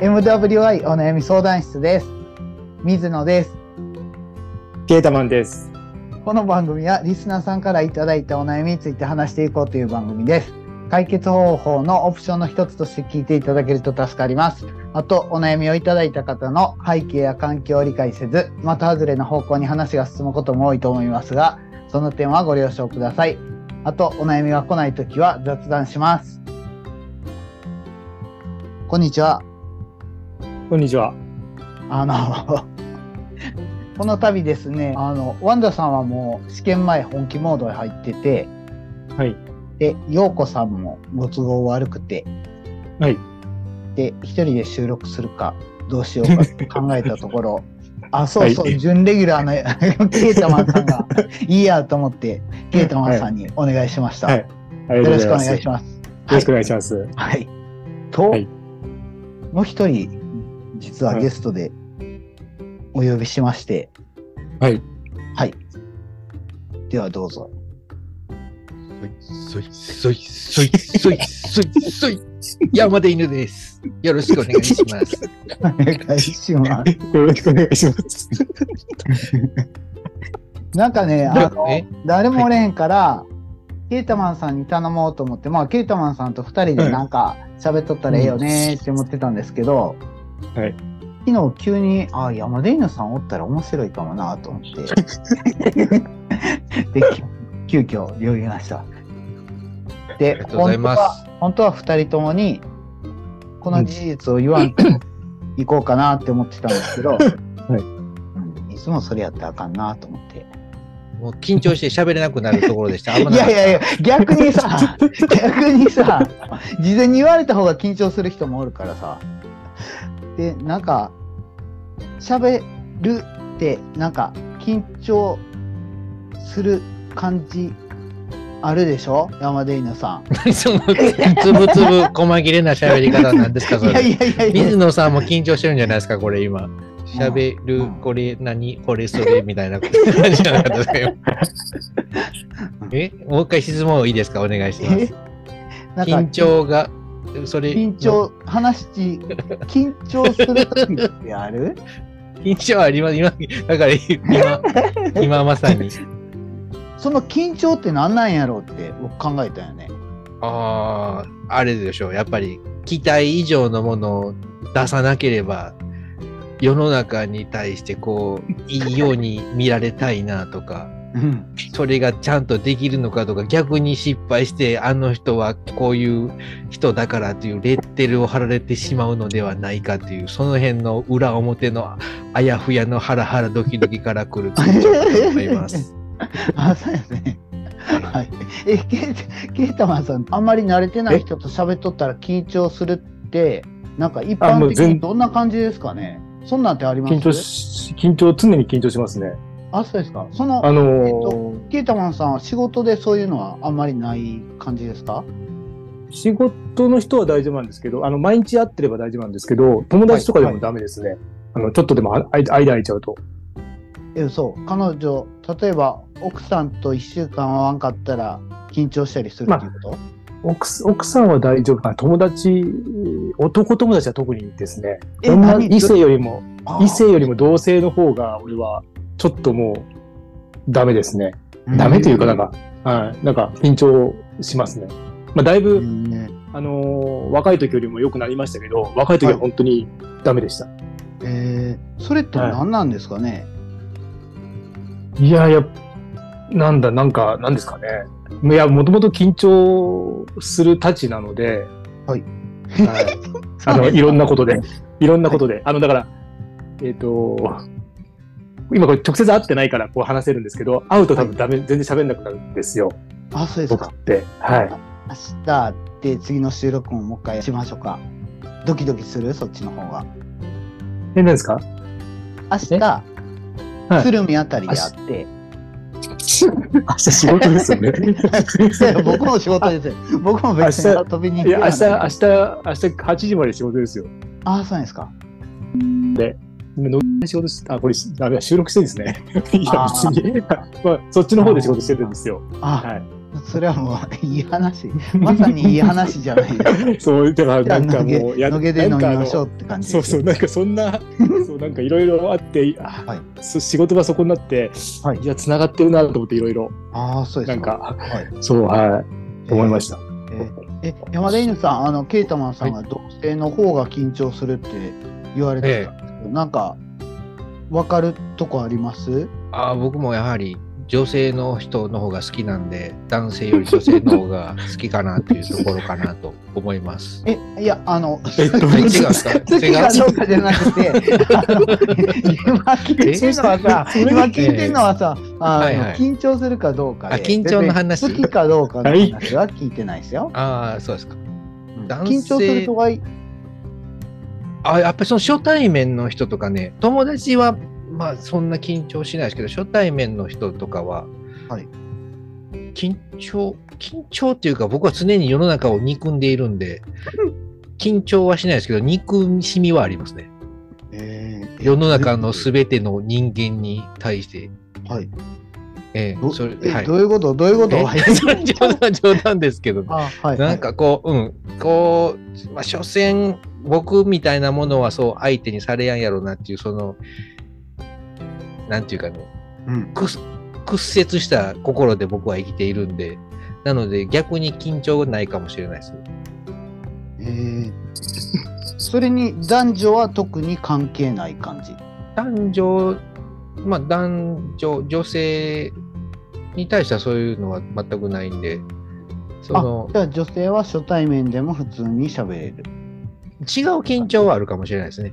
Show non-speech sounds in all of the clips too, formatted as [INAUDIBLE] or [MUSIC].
MWI お悩み相談室です水野ですケータマンです。この番組はリスナーさんからいただいたお悩みについて話していこうという番組です解決方法のオプションの一つとして聞いていただけると助かりますあとお悩みをいただいた方の背景や環境を理解せず的外れな方向に話が進むことも多いと思いますがその点はご了承くださいあとお悩みが来ないときは雑談しますこんにちはこんにちは。あの、 [LAUGHS] この度ですね、あの、ワンダさんはもう試験前本気モードに入ってて、はい。で、ヨーコさんもご都合悪くて、はい。で、一人で収録するかどうしようかって考えたとこ [LAUGHS] ろ、あ、そうそう、はい準レギュラー [LAUGHS] のケイタマンさんが、いいやと思って、ケイタマンさんにお願いしました。はいありよがとうろごしざくいおます。願いします。よろしくお願いします。はい。と、はいもう一人、実はゲストでお呼びしまして、はい。はい。ではどうぞ。そいそいそいそいそいそいそい山で犬です。よろしくお願いします。お願いします。よろしくお願いします。なんか [LAUGHS] ね、あのえ誰もおれへんから、ケータマンさんに頼もうと思って、まあ、ケータマンさんと二人でなんか喋っとったらええよねって思ってたんですけど、はい昨日急に、あ、山出犬さんおったら面白いかもなと思 [LAUGHS] って、で、急急遽呼びました。あで、りがとうございます。本当は2人ともにこの事実を言わん [LAUGHS] と行こうかなって思ってたんですけど、うん、いつもそれやったらあかんなと思ってもう緊張して喋れなくなるところでした。危ないやいやいや逆にさ逆にさ事前に言われた方が緊張する人もおるからさでなんか喋るってなんか緊張する感じあるでしょ山出犬さん。や。そのつぶつぶ細切れな喋り方なんですかいそれやいやいやいや水野さんも緊張してるんじゃないですかこれ今。喋る、これ何、これそれみたいな感じじゃなかったですか今えもう一回質問いいですかお願いします。なんか緊張が、それ、緊張、話し、緊張するときってある緊張はあります。今、だから今、今まさに。その緊張って何なんやろうって僕考えたよね。ああ、あれでしょう。やっぱり期待以上のものを出さなければ、世の中に対してこう、いいように見られたいなとか、うん。それがちゃんとできるのかとか、逆に失敗して、あの人はこういう人だからというレッテルを貼られてしまうのではないかという、その辺の裏表のあやふやのハラハラドキドキから来る緊張感と思います。あ、そうやね。はい。え、ケイケイタマンさん、あんまり慣れてない人と喋っとったら緊張するって、なんか一あ般もう的全にどんな感じですかねそんなんってあります緊張し、緊張、常に緊張しますね。あ、そうですか。その、あのーえっケイタマンさんは仕事でそういうのはあんまりない感じですか仕事の人は大丈夫なんですけど、あの、毎日会ってれば大丈夫なんですけど、友達とかでもダメですね。あの、ちょっとでもあ間間空いちゃうと。えそう彼女例えば奥さんと1週間会わんかったら緊張したりするっていうこと、奥す奥さんは大丈夫かな友達、男友達は特にですね。え女何異性よりも、あー異性よりも同性の方が、俺は、ちょっともう、ダメですね。うんダメというか、なんか、はい、なんか緊張しますね。まあ、だいうぶ、んあのー若い時よりも良くなりましたけど、若い時は本当にダメでした。えーそれって何なんですかね、い、やいや、なんだ、なんか、なんですかね。いや、もともと緊張するたちなので、はい [LAUGHS] はい、あの、いろんなことで、いろんなことで、あの、だから、えっ、と、今これ直接会ってないからこう話せるんですけど、会うと多分ダメ、全然喋んなくなるんですよ、あそうです僕かって。はい。明日で次の収録ももう一回しましょうかドキドキするそっちの方がえ、なんですか明日はい鶴見あたりであって、明日仕事ですよね。いや [LAUGHS] 僕も仕事ですよ僕も別に明遊びに行 [LAUGHS] いくよ [LAUGHS] や、うな明日、明日、明日8時まで仕事ですよ。あそうですか飲み仕事し、あ、これ、あ収録してですね。いや、 [LAUGHS] あ別ー [LAUGHS] に、まあ、そっちの方で仕事してるんですよ。あ、はい。それはもういい話。まさにいい話じゃないですか。 [LAUGHS] そう、だからじゃあ、なんかのげもう、やのげでな飲んみかあまのしょうって感じそでうすそよう、ね。なんかそ [LAUGHS] んな、そうなんかいろいろあって、あはいそ仕事がそこになって、はいいや、つながってるなと思って、いろいろ、ああ、そうですなんはか、いそう、はい、思いました。えーえ山田犬さん、あのケイタマンさんが同性の方が緊張するって言われてたんですけど、なんかわかるとこあります？。ああ僕もやはり女性の人の方が好きなんで男性より女性の方が好きかなっていうところかなと思います [LAUGHS] えいやあのえっとはい、違うんですか好き違かどううかじゃなくて、あの今聞いてるのはさ、え今聞いてるのはさ、あのはいはい緊張するかどうかであ緊張の話別に好きかどうかの話は聞いてないですよ。ああそうですか。男性緊張する人がいい。あやっぱりその初対面の人とかね友達はまあそんな緊張しないですけど初対面の人とかは、はい緊張緊張っていうか僕は常に世の中を憎んでいるん [LAUGHS] で緊張はしないですけど憎しみはありますねえー世の中の全ての人間に対して、はい。ええどそれえはいどういうことどういうこと？え [LAUGHS] それ冗談冗談ですけどねあはい。なんかこう、うん、こう、まあ、所詮、僕みたいなものはそう相手にされやんやろなっていう、その、なんていうかね、うんくす屈折した心で僕は生きているんで、なので逆に緊張がないかもしれないです。えーそれに男女は特に関係ない感じ。男女、まあ男女、女性に対してはそういうのは全くないんで、そあの、じゃあ女性は初対面でも普通に喋れる。違う緊張はあるかもしれないですね。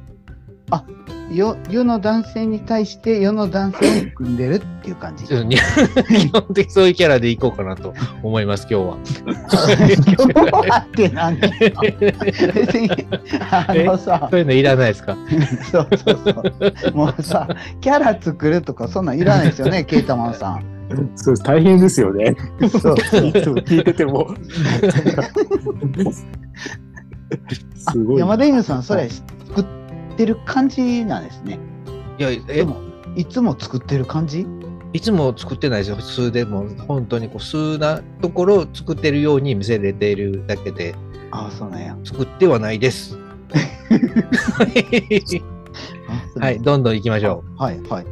よ世の男性に対して世の男性を組んでるっていう感じ。うん [LAUGHS] 基本的にそういうキャラでいこうかなと思います、今日は。今日 [LAUGHS] はって何ですか別にあのさそういうのいらないですか。そうそうそうもうさキャラ作るとかそんなんいらないですよ [LAUGHS] ねケイタマンさん。そうです大変ですよね。そういつも聞いてても。 [LAUGHS] あすごい。山田犬さんそれ作ってる感じなんですね。いや、でえ、もいつも作ってる感じいつも作ってないですよ。普通でも、本当にこう、数なところを作ってるように見せれているだけで、ああそうなんや。作ってはない [LAUGHS] です。あそうなんやはい、どんどん行きましょはいはい。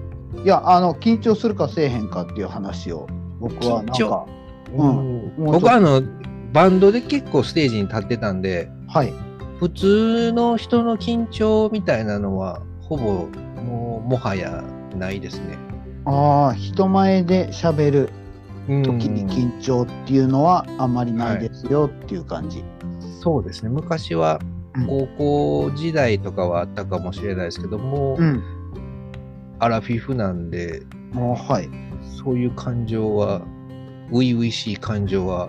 いや、あの、緊張するかせえへんかっていう話を、僕はなん緊か張、う。うんもう僕ちょはあの、バンドで結構ステージに立ってたんで、はい。普通の人の緊張みたいなのは、ほぼ、もう、もはやないですね。ああ、人前で喋るうん時に緊張っていうのはあんまりないですよっていう感じ。そうですね昔はうん高校時代とかはあったかもしれないですけども、うん。アラフィフなんでもう、はい。そういう感情は初々しい感情は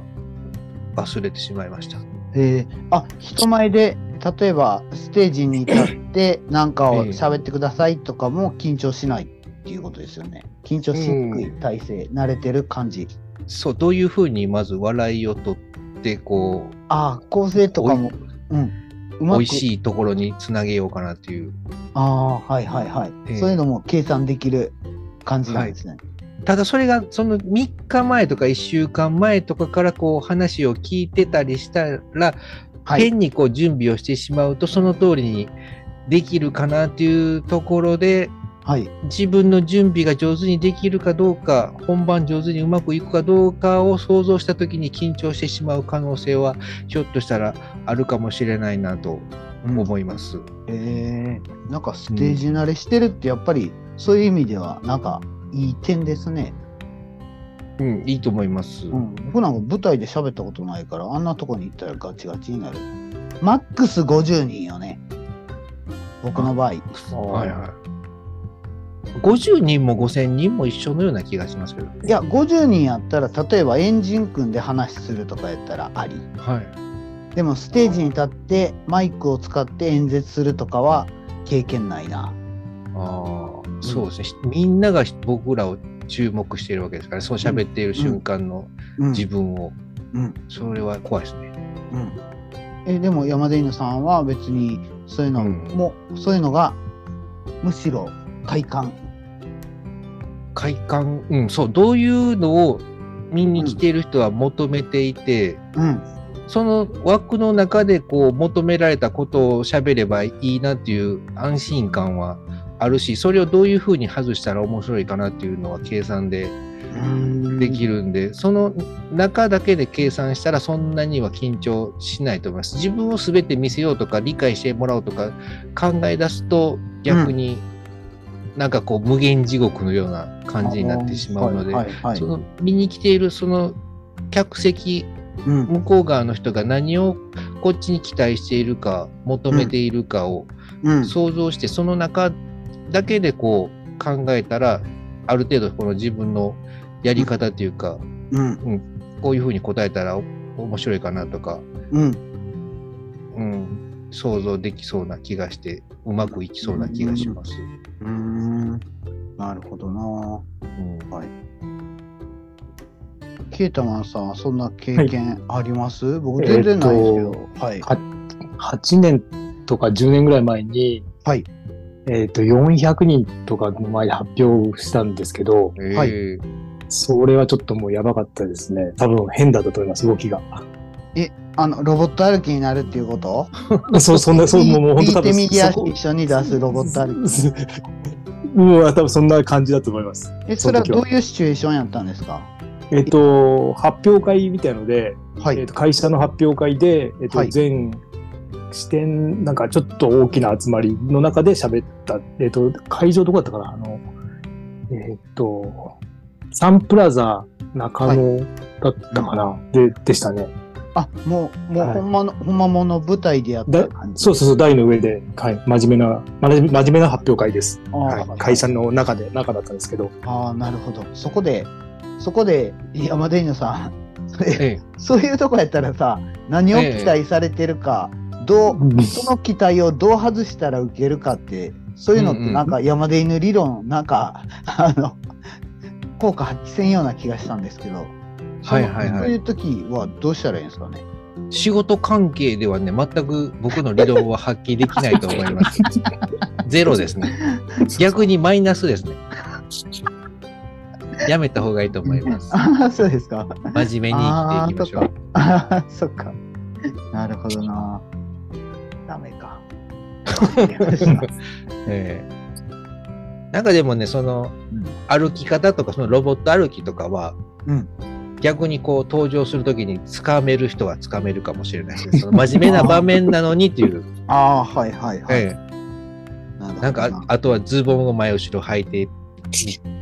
忘れてしまいましたえー、あ、人前で、例えば、ステージに立 [COUGHS] って、なんかを喋ってくださいとかも緊張しないっていうことですよね。緊張しにくい体勢、慣れてる感じ。そうどういうふうにまず笑いを取ってこうああ、構成とかも、うん。うま美く味しいところにつなげようかなっていうああ、はいはいはい、ええそういうのも計算できる感じなんですね。ただそれがその3日前とか1週間前とかからこう話を聞いてたりしたらはい。変にこう準備をしてしまうとその通りにできるかなっていうところではい。自分の準備が上手にできるかどうか本番上手にうまくいくかどうかを想像した時に緊張してしまう可能性はひょっとしたらあるかもしれないなと思います。えー、なんかステージ慣れしてるってやっぱりそういう意味ではなんかいい点ですね。うん、いいと思います。うん。僕なんか舞台で喋ったことないからあんなとこに行ったらガチガチになる。マックス50人よね。僕の場合。はいはい50人も5000人も一緒のような気がしますけど、いや、50人やったら例えばエンジン組んで話するとかやったらあり。はい、でもステージに立ってマイクを使って演説するとかは経験ないな。ああ、そうですね。みんなが僕らを注目しているわけですから、そう喋っている瞬間のうん自分を、うんそれは怖いですね。うん、えでも山田犬さんは別にそういうのも、そういうのがむしろ快感快感、うん、そう、どういうのを見に来てる人は求めていて、うん。その枠の中でこう求められたことを喋ればいいなっていう安心感はあるし、それをどういうふうに外したら面白いかなっていうのは計算でうんできるんで、その中だけで計算したらそんなには緊張しないと思います。自分を全て見せようとか理解してもらおうとか考え出すと逆になんかこう無限地獄のような感じになってしまうのでは、いはいはいその見に来ているその客席うん向こう側の人が何をこっちに期待しているか求めているかをうん想像して、その中だけでこう考えたらある程度この自分のやり方というか、うんこういうふうに答えたらお面白いかなとか、うんうん、想像できそうな気がしてうまくいきそうな気がします。うーんなるほどなうんケータマンさんはそんな経験あります、僕全然ないですけど、はい8年とか10年ぐらい前に、はいえっと400人とかの前で発表したんですけど、はいえーそれはちょっともうやばかったですね。多分変だったと思います、動きが。あのロボット歩きになるっていうこと [LAUGHS] そう、そんな、そう、もうもう本聞当多いて分右そ足こ一緒に出すロボット歩きすも [LAUGHS] う多分そんな感じだと思います。えそれはその時はどういうシチュエーションやったんですかえっと、発表会みたいので、はえっいと、会社の発表会で、えっとはい、全支店、なんかちょっと大きな集まりの中で喋った、えっと、会場どこだったかなあの、えっと、サンプラザ中野だったかな、で、でしたね。あもうもうはいほんまの、ほんまもの舞台でやっただ感じそうそうそう、台の上で、はい、真面目な、真面目真面目な発表会です。あーはい、会社の中で、中だったんですけ [LAUGHS] ど。ああなるほどそこでそこで山田犬さんそれえそういうとこやったらさ何を期待されてるか、どうその期待をどう外したら受けるかってそういうのってうんうんなんか山で犬理論なんか [LAUGHS] あの効果発揮せんような気がしたんですけどーはいはいそはういい。う時はどうしたらいいんですかね仕事関係ではね、全く僕の理論は発揮できないと思 [LAUGHS] います。ゼロですね。逆にマイナスですね。やめた方がいいと思います。ああ [LAUGHS] そうですか真面目に生きていきましょう。ああそっかなるほどなダメ [LAUGHS] かええなんかでもね、そのうん歩き方とか、そのロボット歩きとかは、うん逆にこう登場するときにつかめる人はつかめるかもしれないですね。そ [LAUGHS] の真面目な場面なのにっていう。ああはいはいはい、なえるほどえなんかあ、あとはズボンを前後ろ履いて、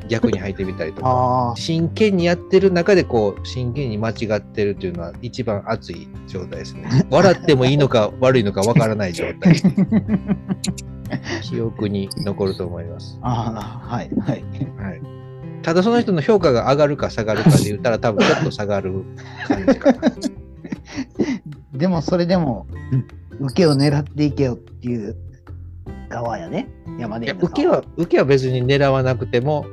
逆に履いてみたりとか。ああ真剣にやってる中でこう真剣に間違ってるというのは一番熱い状態です [LAUGHS] ね。笑ってもいいのか悪いのかわからない状態。記憶に残ると思います。ああはいはいはい。ただその人の評価が上がるか下がるかで言ったら多分ちょっと下がる感じかな。でもそれでも、受けを狙っていけよっていう側やね、山いでや受けは、受けは別に狙わなくても、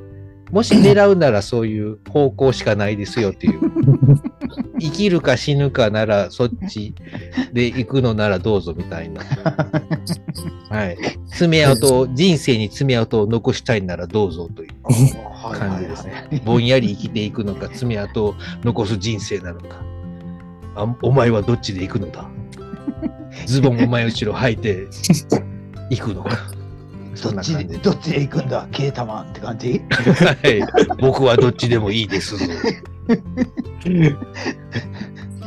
もし狙うならそういう方向しかないですよっていう。生きるか死ぬかならそっちで行くのならどうぞみたいな。はい。爪痕を、人生に爪痕を残したいならどうぞという感じですね。ぼんやり生きていくのか、 [LAUGHS] 爪痕を残す人生なのか。あお前はどっちで行くの [LAUGHS] だズボンを前後ろ履いて行くのか。どそんっなち感じでで。どっちで行くんだ、ケータマンって感じはい。僕はどっちでもいいですぞ。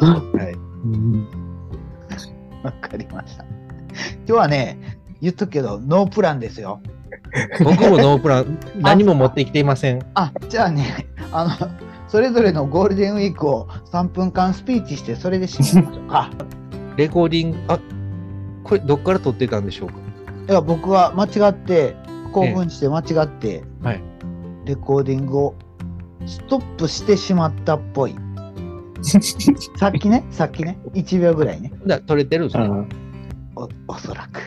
はい。わかりました。今日はね、言っとくけど、ノープランですよ。僕もノープラン、何も持ってきていません。あ、じゃあね、 [LAUGHS] あの、それぞれのゴールデンウィークを3分間スピーチして、それで締めましょう [LAUGHS] か。レコーディング、あこれどっから撮ってたんでしょうかいや、僕は間違って、興奮して間違って、はいレコーディングをストップしてしまったっぽい。さっき [LAUGHS] ね、さっきね、1秒ぐらいね、だ撮れてるんですか、おおそら [LAUGHS] く。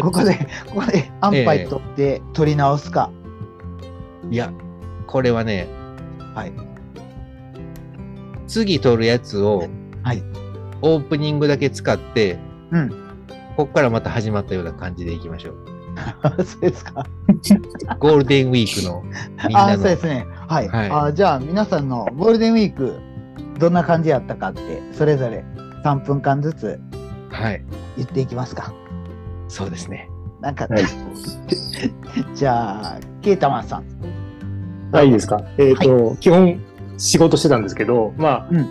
ここで、ここで、安牌取って、取り直す [LAUGHS] か。いや、これはね、はい。次撮るやつを、はいオープニングだけ使って、うん。ここからまた始まったような感じでいきましょう。そうですか。ゴールデンウィークのみんあな [LAUGHS] あ、そうのですね。はい、はいあじゃあ皆さんのゴールデンウィークどんな感じやったかってそれぞれ3分間ずつはい。言っていきますかそうですね。なんか、はじゃあケータマンさんあ、いいですか。えっ、と、基本仕事してたんですけど、まあ、う2、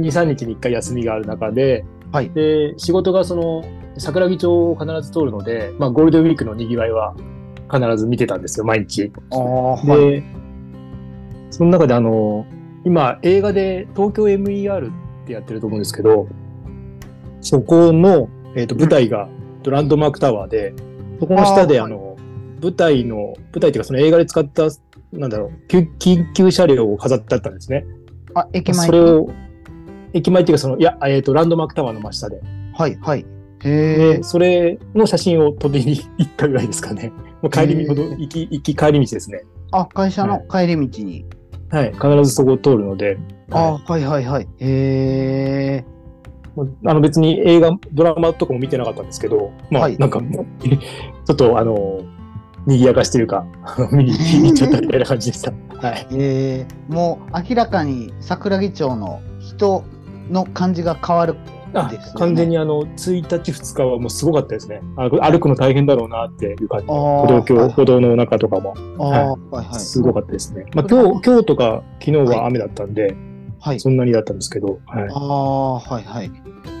3日に1回休みがある中で、はいで、仕事がその、桜木町を必ず通るので、まあ、ゴールデンウィークの賑わいは必ず見てたんですよ、毎日。ああで、その中であの、今、映画で東京 MER ってやってると思うんですけど、そこの、えー、と舞台がランドマークタワーで、そこの下であーあの、舞台の、舞台っていうかその映画で使った、なんだろう、救緊急車両を飾ってあったんですね。あ駅前それを、駅前っていうかその、いや、えっ、と、ランドマークタワーの真下で。はいはいへえでそれの写真を撮りに行ったぐらいですかね。もう帰り道、へー行き、行き帰り道ですね。あ会社の帰り道に、はい、必ずそこを通るので、あはいはいはいへえあの別に映画、ドラマとかも見てなかったんですけど、まあ、はいなんか、 [LAUGHS] ちょっとあの、賑やかしてるか、 [LAUGHS] あの見に見に行っちゃったみたいな感じでした。はい。えー、もう明らかに桜木町の人の感じが変わるあですよね完全にあの、1日2日はもうすごかったですね。あ歩くの大変だろうなっていう感じ。あ歩ー道橋、はい歩道の中とかも、あーはいはいすごかったですね。まあ今日、今日とか昨日は雨だったんで、はいそんなにだったんですけど、はい。ああはいはい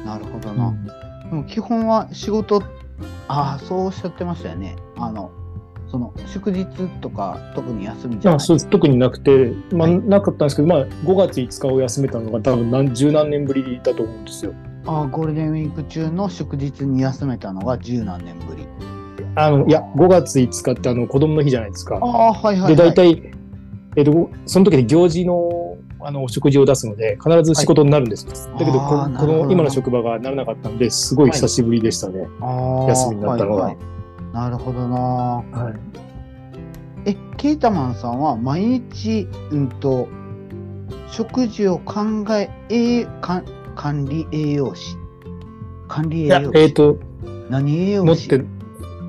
なるほどな、でも基本は仕事ああそうおっしゃってましたよねあのその祝日とか特に休みじゃないあそうです特になくて、まあはいなかったんですけど、まあ、5月5日を休めたのが多分何十何年ぶりだと思うんですよ。あーゴールデンウィーク中の祝日に休めたのが十何年ぶりあのいや5月5日ってあの子供の日じゃないですか。ああはいはい、はい、で大体、えっとその時に行事のあのお食事を出すので必ず仕事になるんです。だけどこあーなこるほどの今の職場がならなかったんですごい久しぶりでしたね。休みになったのがあーいいなるほどなはいえケータマンさんは毎日うんと食事を考え栄か管理栄養士管理い栄や養士えっ、と何栄持養っ士てい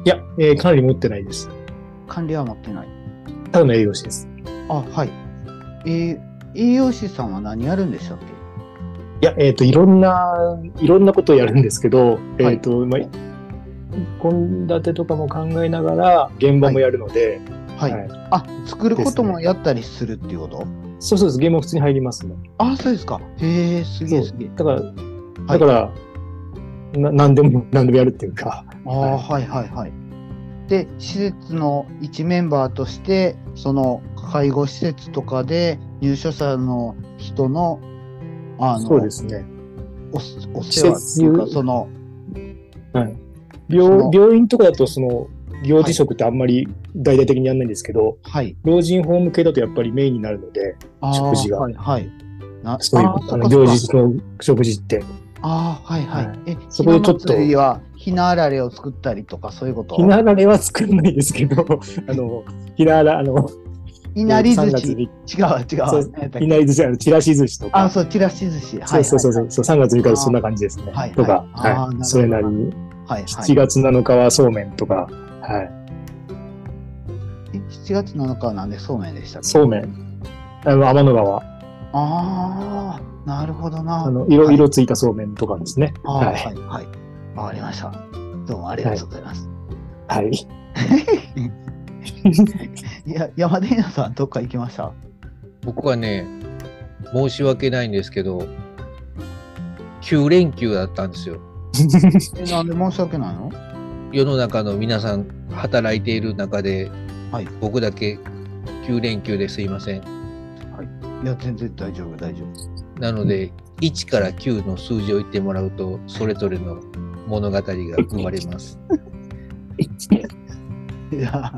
や、えー、かなり持ってないです。管理は持ってないただの栄養士です。あはいえー栄養士さんは何やるんでしたっけいや、えっ、と、いろんな、いろんなことをやるんですけど、えっ、と、まあ、献立とかも考えながら、現場もやるので、はい、はいあ作ることもやったりするっていうこと、そうそうです、現場普通に入りますね。あそうですかへえすげえそすげえだから、だから、な何でも、 [LAUGHS] 何でもやるっていうか、ああはいはいはい。で施設の一メンバーとしてその介護施設とかで入所者の人のあのそうですね。おすお世話っていうか施設そのそ病の病院とかだと、その、行事職ってあんまり大々的にやんないんですけど、はい老人ホーム系だとやっぱりメインになるので、あー食事がはいはい。なそういうあーそあっのかそっ行か事の食事って。あーはいはい。はえそこでちょっとひな祭りはひなあられを作ったりとかそういうことひなあられは作らないですけど、 [LAUGHS] あの、ひなあら、あの、いなり3寿月司違う違にそうう。いない寿司、あの、ちらし寿司とあか。そうちらし寿司。そうそうそはうそいはう、そう3月3日はそんな感じですね。はいとか、はいあーなるはほどい。それなりに。いはいはい。 7月7日はそうめんとか、はい。え7月7日はなんでそうめんでしたっけそうめん。あの、天の川。ああ、なるほどな。あの、色、はい色ついたそうめんとかですね。あーは。はいい、はい。わかりました。どうもありがとうござい [LAUGHS] ます。 [LAUGHS] はい。い、や、山田稲さん、どっか行きました僕はね、申し訳ないんですけど、9連休だったんですよ。え、なんで申し訳ないの世の中の皆さん働いている中で、はい僕だけ9連休ですいません。いや、全然大丈夫、大丈夫。なので、1から9の数字を言ってもらうと、それぞれの物語が生まれます。いや、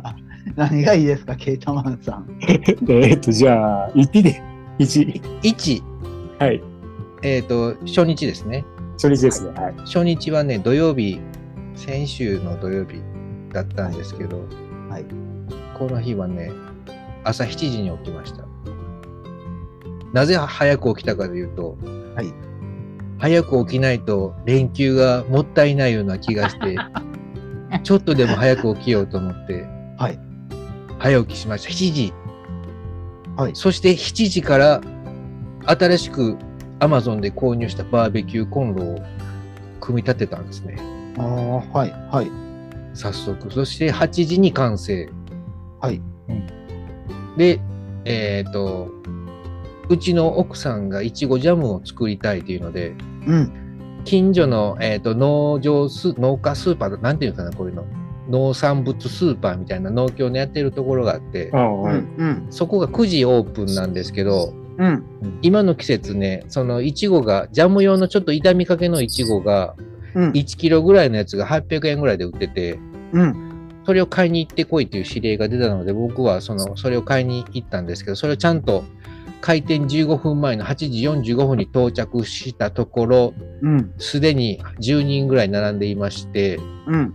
何がいいですか、ケータマンさん。えっと、じゃあ、1で、1。 1、はい。えっ、と、初日ですね。初日ですね。はい。初日はね、土曜日、先週の土曜日だったんですけど、はいこの日はね、朝7時に起きました。なぜ早く起きたかというと、はい早く起きないと連休がもったいないような気が [LAUGHS] して、ちょっとでも早く起きようと思って、はい早起きしました。7時。はいそして7時から新しく Amazon で購入したバーベキューコンロを組み立てたんですね。ああ、はい、はい、早速。そして8時に完成。はい。で、えっ、と、うちの奥さんがいちごジャムを作りたいというので、うん、近所の、えー、と農場ス、農家スーパー、なんていうのかな、こういうの。農産物スーパーみたいな農協のやってるところがあって、うんううんん、うん、そこが9時オープンなんですけど、うん、今の季節ね、そのいちごが、ジャム用のちょっと傷みかけのいちごが、うん、 1キロぐらいのやつが800円ぐらいで売ってて、うん、それを買いに行ってこいという指令が出たので、僕はそのそれを買いに行ったんですけど、それをちゃんと開店15分前の8時45分に到着したところ、うん、すでに10人ぐらい並んでいまして、うん、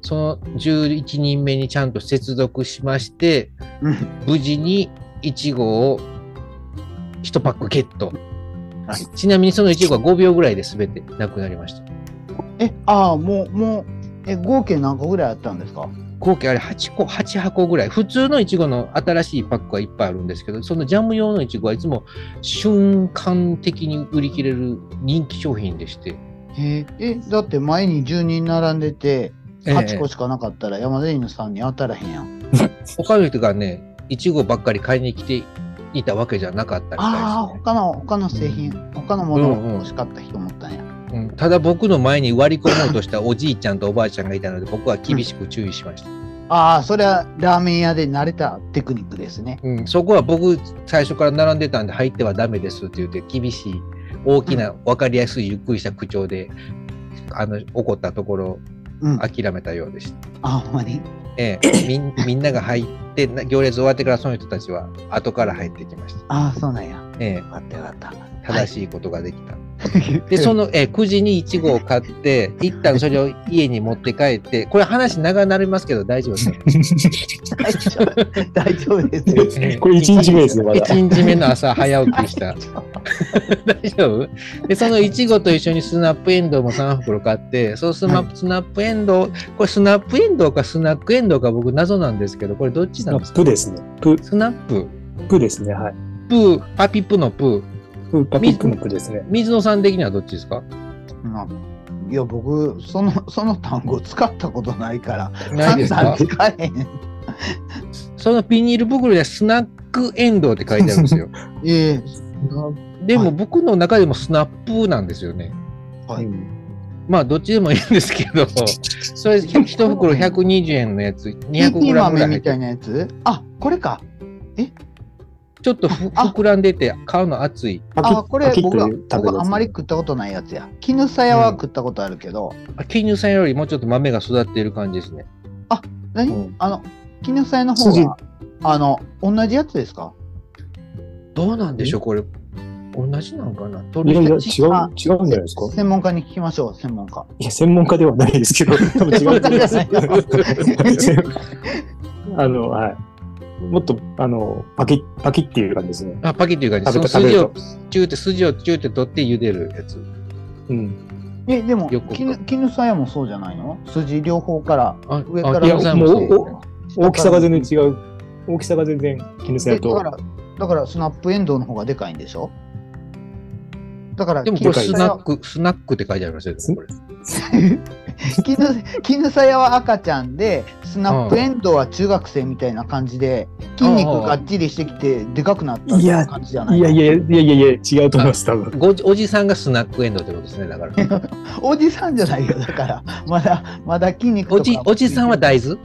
その11人目にちゃんと接続しまして、うん、無事にイチゴを1パックゲット。はいちなみにそのイチゴは5秒ぐらいで全てなくなりました。え、ああ、もう、もう、え、合計何個ぐらいあったんですか。合計あれ8個、8箱ぐらい。普通のいちごの新しいパックはいっぱいあるんですけど、そのジャム用のいちごはいつも瞬間的に売り切れる人気商品でして。ええ、だって前に10人並んでて、8個ええしかなかったら山田犬さんに当たらへんやん。他の人がね、いちごばっかり買いに来ていたわけじゃなかったみああ、たい他の、他の製品、他のものうんうん欲しかった人思ったんや。ですね、うんただ僕の前に割り込もうとしたおじいちゃんとおばあちゃんがいたので、僕は厳しく注意しました。ああ、それはラーメン屋で慣れたテクニックですね。うん、そこは僕、最初から並んでたんで入ってはダメですって言って、厳しい、大きな、わかりやすい、ゆっくりした口調で、あの、怒ったところ、うん。あ諦めたようでした。ほんまに。ええ、みんみんなが入って、な行列終わってからその人たちは後から入ってきました。ああ、そうなんや。よええ、かったよか [LAUGHS] った。正しいことができた。はいで、その、ええ、9時にイチゴを買って、一旦それを家に持って帰って、これ話長なりますけど大丈夫 [LAUGHS] ですか [LAUGHS] 大丈夫大丈夫ですよ。ええこれ一日目ですねまだ一日目の朝早起きした。大丈夫で、そのイチゴと一緒にスナップエンドウも3袋買って、そのスナップ、スナップエンドウ、これスナップエンドウかスナックエンドウか僕謎なんですけど、これどっちなんですか [LAUGHS] プですね。プ、スナッププですね。はい。プー、パピプのプー。プ、パピックのプですね。水野さん的にはどっちですかうんいや、僕、その、 [LAUGHS] その単語使ったことないから、ないです簡か単に使えへん。そのビニール袋でスナックエンドウって書いてあるんで [LAUGHS] すよ。ええでも僕の中でもスナップなんですよね。はいうんまあどっちでもいいんですけ [LAUGHS] ど、それ1袋120円のやつ、ピー 200g ピぐーらい豆入っみたていなやつあ、これか。ちょっとふあ膨らんでて買うの熱い。パキッあ、これパキッ僕とは、いう食べ僕るやつあんまり食ったことないやつや。絹さやは食ったことあるけど、あ金乳さんよりもうちょっと豆が育っている感じですね。何、うんあの、絹さやの方筋が、あの、同じやつですかどうなんでしょうこれ。同じなんかない鳥やいや違う違うんたちじゃないですか専門家に聞きましょう、専門家。いや専門家ではないで [LAUGHS] すけど、多分違うと思います専門 [LAUGHS] 家じゃないあの、はい。もっと、あの、パキッ、パキッっていう感じですね。あ、パキっていう感じ。食そべのた食べ筋るをと。チューって、筋をチューって取って茹でるやつ。うん。え、でもよく、絹絹さやもそうじゃないの筋両方から。あ上からあい金や、乳さんもそうう、お大きさが全然違う。大きさが全然気にせえないだかと。ら、だからスナップエンドウの方がでかいんでしょだから、でもこ絹れさやスナック、スナックって書いてありますよね。これ絹絹さやは赤ちゃんでスナップエンドウは中学生みたいな感じで筋肉がっちりしてきてでかくなったっていう感じじゃないいのやいやいやいやいや、違うと思います、多分。ごじおじさんがスナックエンドウってことですね。だから。おじさんじゃないよだからまだまだ筋肉とおかじ、おじさんは大豆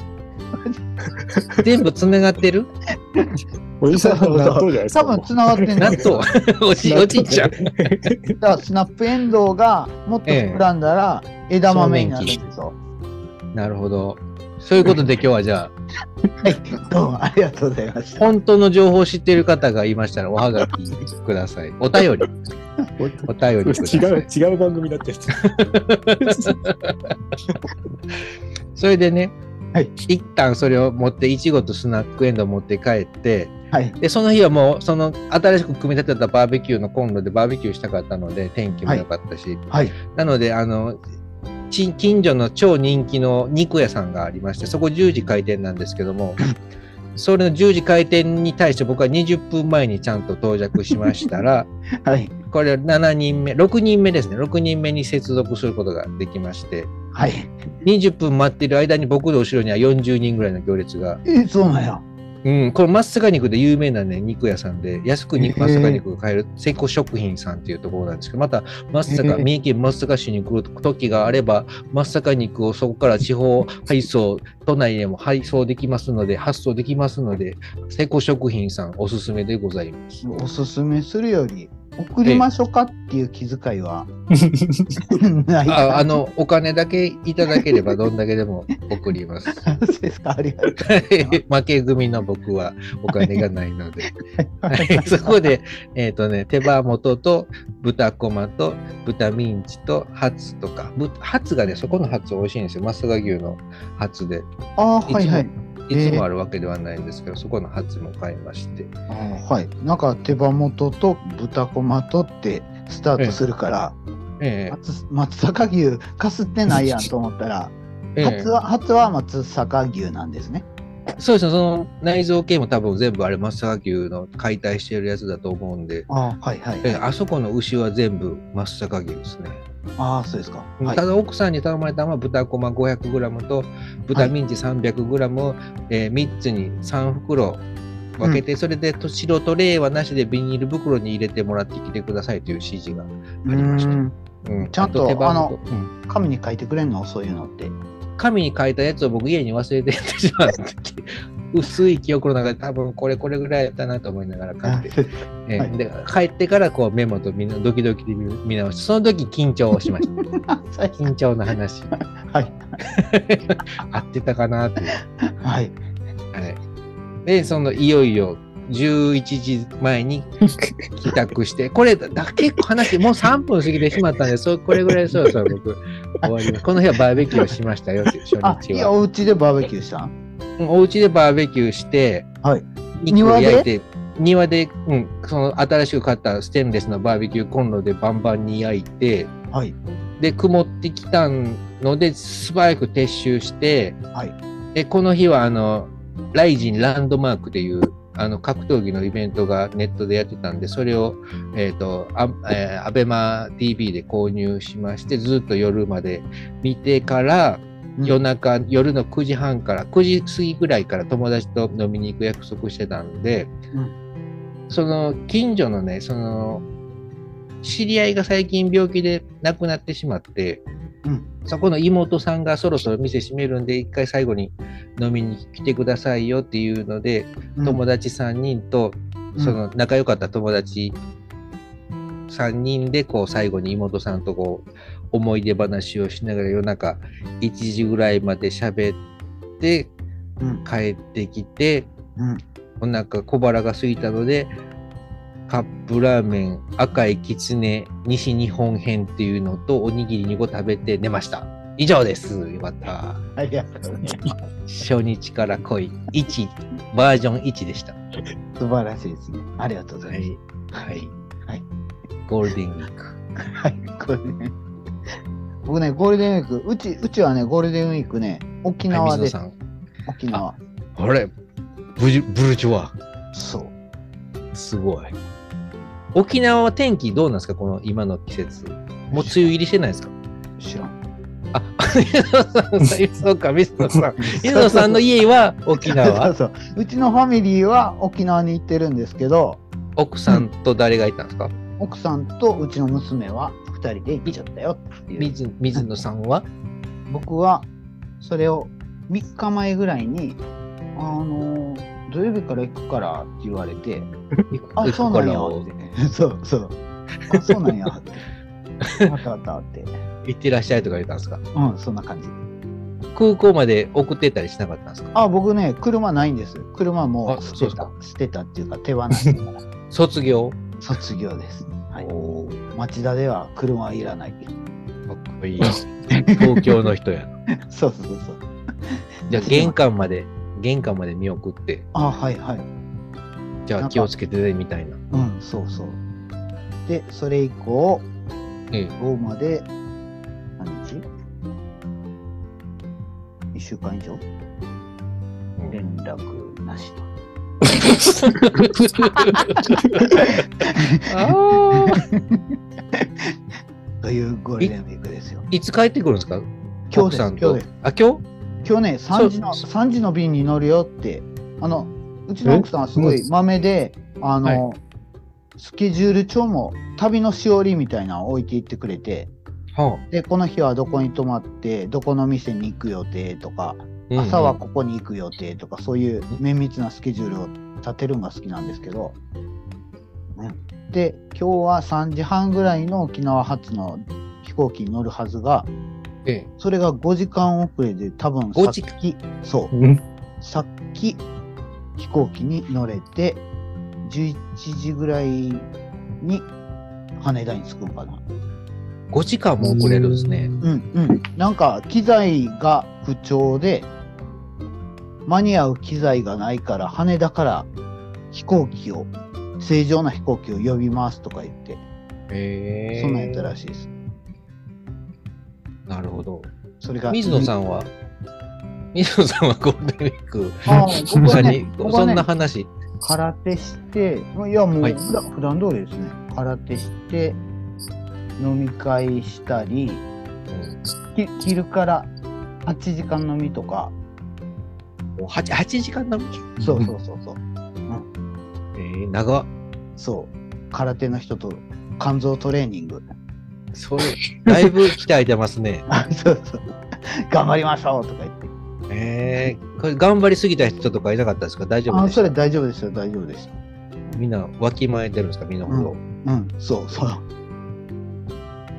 全部つながってるおじさんは納豆じゃないですか。多分つながってんだ納け [LAUGHS] ど豆。おじ、おじいちゃだん。からスナップエンドウがもっと膨らんだら枝豆になるんですよ、なるほど。そういうことで今日はじゃあ、はいどうもありがとうございました本当の情報を知っている方がいましたら、おはがきください。お便り。お便りくださ [LAUGHS] い。違う、違う番組だったやつ。それでね、はい一旦それを持って、いちごとスナックエンドウ持って帰って、はいで、その日はもう、その新しく組み立てたバーベキューのコンロでバーベキューしたかったので、天気も良かったし、はいなので、あの、ち近所の超人気の肉屋さんがありまして、そこ10時開店なんですけども、それの10時開店に対して僕は20分前にちゃんと到着しまし [LAUGHS] たら、はい。これ7人目、6人目ですね、6人目に接続することができまして、はい。 20分待ってる間に僕の後ろには40人ぐらいの行列が、え、そうなんや。うん、これ松阪肉で有名なね、肉屋さんで、安く肉松阪肉が買える、セイコ食品さんっていうところなんですけど、また松へ阪、ー三重県松阪市に来る時があれば、松阪肉をそこから地方配送、都内へも配送できますので、発送できますので、セイコ食品さんおすすめでございます。おすすめするより、送りましょうかっていう気遣いは、 [LAUGHS] ないかああの、お金だけいただければどんだけでも送ります。な。そうですか、ありがとう [LAUGHS] 負け組の僕はお金がないので。はい [LAUGHS] そこで、えっ、とね、手羽元と豚こまと豚ミンチとハツとか、ぶハツがね、そこのハツ美味しいんですよ。増田牛のハツで。 [LAUGHS] ああ、はいはい。いつもあるわけではないんですけど、そこのハツも買いまして。あーはい。なんか手羽元と豚こまとってスタートするから、ええ松松阪牛かすってないやんと思ったら、ええ初は初は松阪牛なんですね。そうですね、その内臓系も多分全部あれ、増田牛の解体してるやつだと思うんで、ああ、はいはい。ええあそこの牛は全部増阪牛ですね。ああ、そうですか。はいた。だ奥さんに頼まれたのは豚こま 500g と豚ミンチ 300g を、えー3つに3袋分けて、それでと白トレイはなしでビニール袋に入れてもらってきてくださいという指示があうりました。ん。うんちゃんとあ手羽元あのうん紙に書いてくれんのそういうのって。紙に書いたやつを僕家に忘れてってしまって [LAUGHS] 薄い記憶の中で多分これこれぐらいだなと思いなが [LAUGHS] ら買って、えーはいで帰ってからこうメモとみんなドキドキで見見直してその時緊張し [LAUGHS] ましたあそうです緊張の話はい。合ってたかなっていうはい。はい、でそのいよいよ11時 [LAUGHS] 前に帰宅してこれだ結構話もう3分過ぎてしまったんでそうこれぐらいでそろそろ僕終わりますこの日はバーベキューをしましたよ初あ、い日や、はお家でバーベキューしたんうんお家でバーベキューして、はい肉を焼いて庭で、うん、その新しく買ったステンレスのバーベキューコンロでバンバンに焼いてはい。で曇ってきたので素早く撤収して、はいでこの日はあのライジンランドマークというあの格闘技のイベントがネットでやってたんでそれを、えーとあえー、アベマ t v で購入しましてずっと夜まで見てからうん夜中、夜の9時半から9時過ぎぐらいから友達と飲みに行く約束してたんで、うその近所のねその知り合いが最近病気で亡くなってしまって、うんそこの妹さんがそろそろ店閉めるんで一回最後に飲みに来てくださいよっていうので、友達3人とうんその仲良かった友達3人でこう最後に妹さんとこう思い出話をしながら夜中1時ぐらいまで喋ってうん帰ってきてうんお腹小腹が空いたのでカップラーメン赤いきつね西日本編っていうのとおにぎり2個食べて寝ました以上ですよかったありがとうございます。初日から濃い1バージョン1でした素晴らしいですね。ありがとうございはます。い。はい。はいゴールデンウィーク。はい、これね。僕ね、ゴールデンウィーク、うち、うちはね、ゴールデンウィークね、沖は縄い、水野で、さん。沖縄。あれブジュブルジョワ。そう。すごい。沖縄は天気どうなんですかこの今の季節。もう梅雨入りしてないですか知らん。あ、 [LAUGHS] 水野さん、そうか、水野さん。 [LAUGHS] 水野さんの家は沖そう [LAUGHS] 縄。そう。うちのファミリーは沖縄に行ってるんですけど、 [LAUGHS] 奥さんと誰がいたんですか、奥さんとうちの娘は2人で行っちゃったよっていう。水水野さんは僕はそれを3日前ぐらいに「あのー土曜日から行くから」って言われて「あそうなんや」って [LAUGHS] そうそう「あそう [LAUGHS] なんや」って「わかったわかった」って行ってらっしゃいとか言ったんですかうんそんな感じ空港まで送ってったりしなかったんですかあ僕ね車ないんです車もあう捨そてうですたか捨てたっていうか手放 [LAUGHS] し卒業、卒業です、はい、おー町田では車はいらない [LAUGHS] かっこいい。東京の人やな。そうそうそうそうじゃあ玄関まで、玄関まで見送って、あはいはいじゃあ気をつけてねみたいな。うんそうそうでそれ以降えローマで何日 ?1 週間以上えう連絡なしと。あーというゴールデンウィークですよ。いつ帰ってくるんですか今今日日ですさんと今日で。あ、今日今日ね3時のそ3時の便に乗るよってあのうちの奥さんはすごい豆であの、スケジュール帳も旅のしおりみたいなのを置いていってくれてはでこの日はどこに泊まってどこの店に行く予定とかあ朝はここに行く予定とかそういう綿密なスケジュールを立てるのが好きなんですけど、ね、で今日は3時半ぐらいの沖縄発の飛行機に乗るはずがええそれが5時間遅れで多分さ5っ時きそうさっき飛行機に乗れて、11時ぐらいに羽田に着くんかな。 5時間も遅れるんですね。うんうん。なんか機材が不調で、間に合う機材がないから羽田から飛行機を、正常な飛行機を呼びますとか言って、へえ。そんなんやったらしいです。なるほど。それが。水野さんは、水野さんはゴールデンウィーク、ああ僕 [LAUGHS] はね何僕そはんねな話。空手して、いやもうはい普段,、普段通りですね。空手して、飲み会したり、うんき昼から8時間飲みとか、もう 8, 8時間なのそうそうそうそう、えー、長っ。そう、空手の人と肝臓トレーニング。 [LAUGHS] それ、だいぶ鍛えてますね。あそうそう。頑張りましょうとか言って。えー、これ頑張りすぎた人とかいなかったですか大丈夫あ、ですそれ大丈夫ですよ、大丈夫です。みんなわきまえてるんですかみんなほど。うん、そうそう。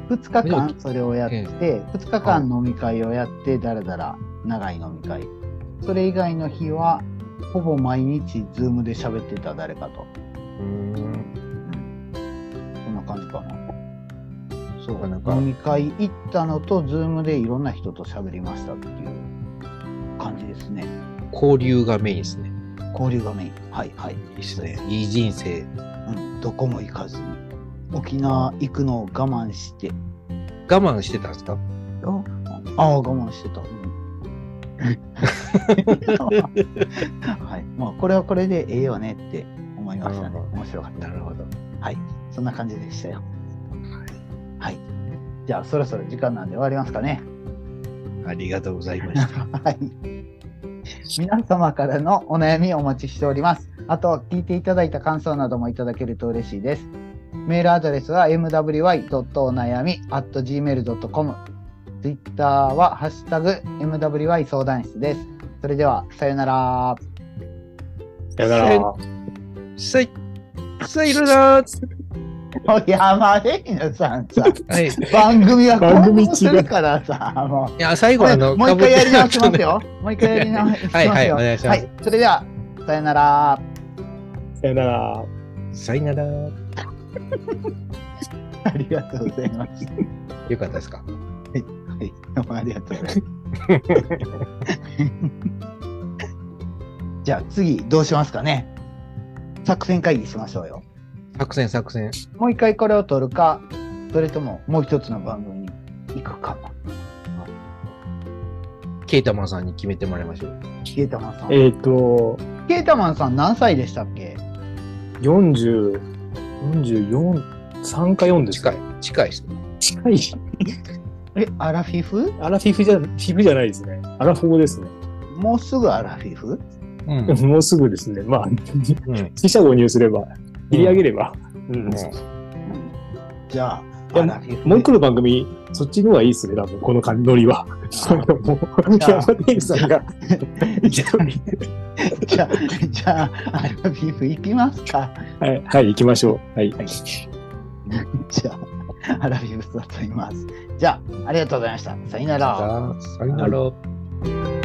2日間それをやって、2日間飲み会をやって、だらだら長い飲み会。それ以外の日は、ほぼ毎日、ズームで喋ってた誰かと。うん。そんな感じかな。そうかなんか飲、み会行ったのと、ズームでいろんな人と喋りましたっていう感じですね。交流がメインですね。交流がメイン。はいはい。いいですね。いい人生。うん、どこも行かずに。沖縄行くのを我慢して。我慢してたんですかああ、我慢してた。うん [LAUGHS] はい。まあ、これはこれでええよねって思いましたね。うん面白かった。なるほど。はい。そんな感じでしたよ。はい。じゃあ、そろそろ時間なんで終わりますかね。ありがとうございました。はい。皆様からのお悩みをお待ちしております。あと、聞いていただいた感想などもいただけると嬉しいです。メールアドレスは mwy.onayami.gmail.com。ツイッターはハッシュタグ MWY 相談室です。それでは、さよなら。さよなら。さい、さいるなーもう山でいのさんさ、はい。い番組は番組違う混合するからさ、もう。や、最後はあの、もう一回やり直します被っよ。もう一回やり直しますよ。はいはいお願いしまはすい、それでは、さよなら。さよなら。て。 [LAUGHS] さいならー。ありがとうございます。よかったですかはい、どう [LAUGHS] もありがとうございます。じゃあ次どうしますかね作戦会議しましょうよ。作戦作戦。もう一回これを撮るか、それとももう一つの番組に行くかな。ケイタマンさんに決めてもらいましょう。ケータマンさん。えっ、と、ケータマンさん何歳でしたっけ40、44、3か4ですか近い。近いですね。近い。え、アラフィフアラフィフじゃ、フィフじゃないですね。アラフォーですね。もうすぐアラフィフ [LAUGHS] うん。もうすぐですね。まあ、うん。四捨五入すれば、切り上げれば。うんうんじゃあ、いやアラフィフ。もう一個の番組、そっちの方がいいですね、多分、この感じ、ノリは。も [LAUGHS] う、じゃあ山田 [LAUGHS] さんが、一人でじゃあ、じゃあ、アラフィフ行きますか。はい、はい、行きましょう。はい。じゃあ、アラフィフだと言います。じゃあ、ありがとうございました。さよなら。さよなら。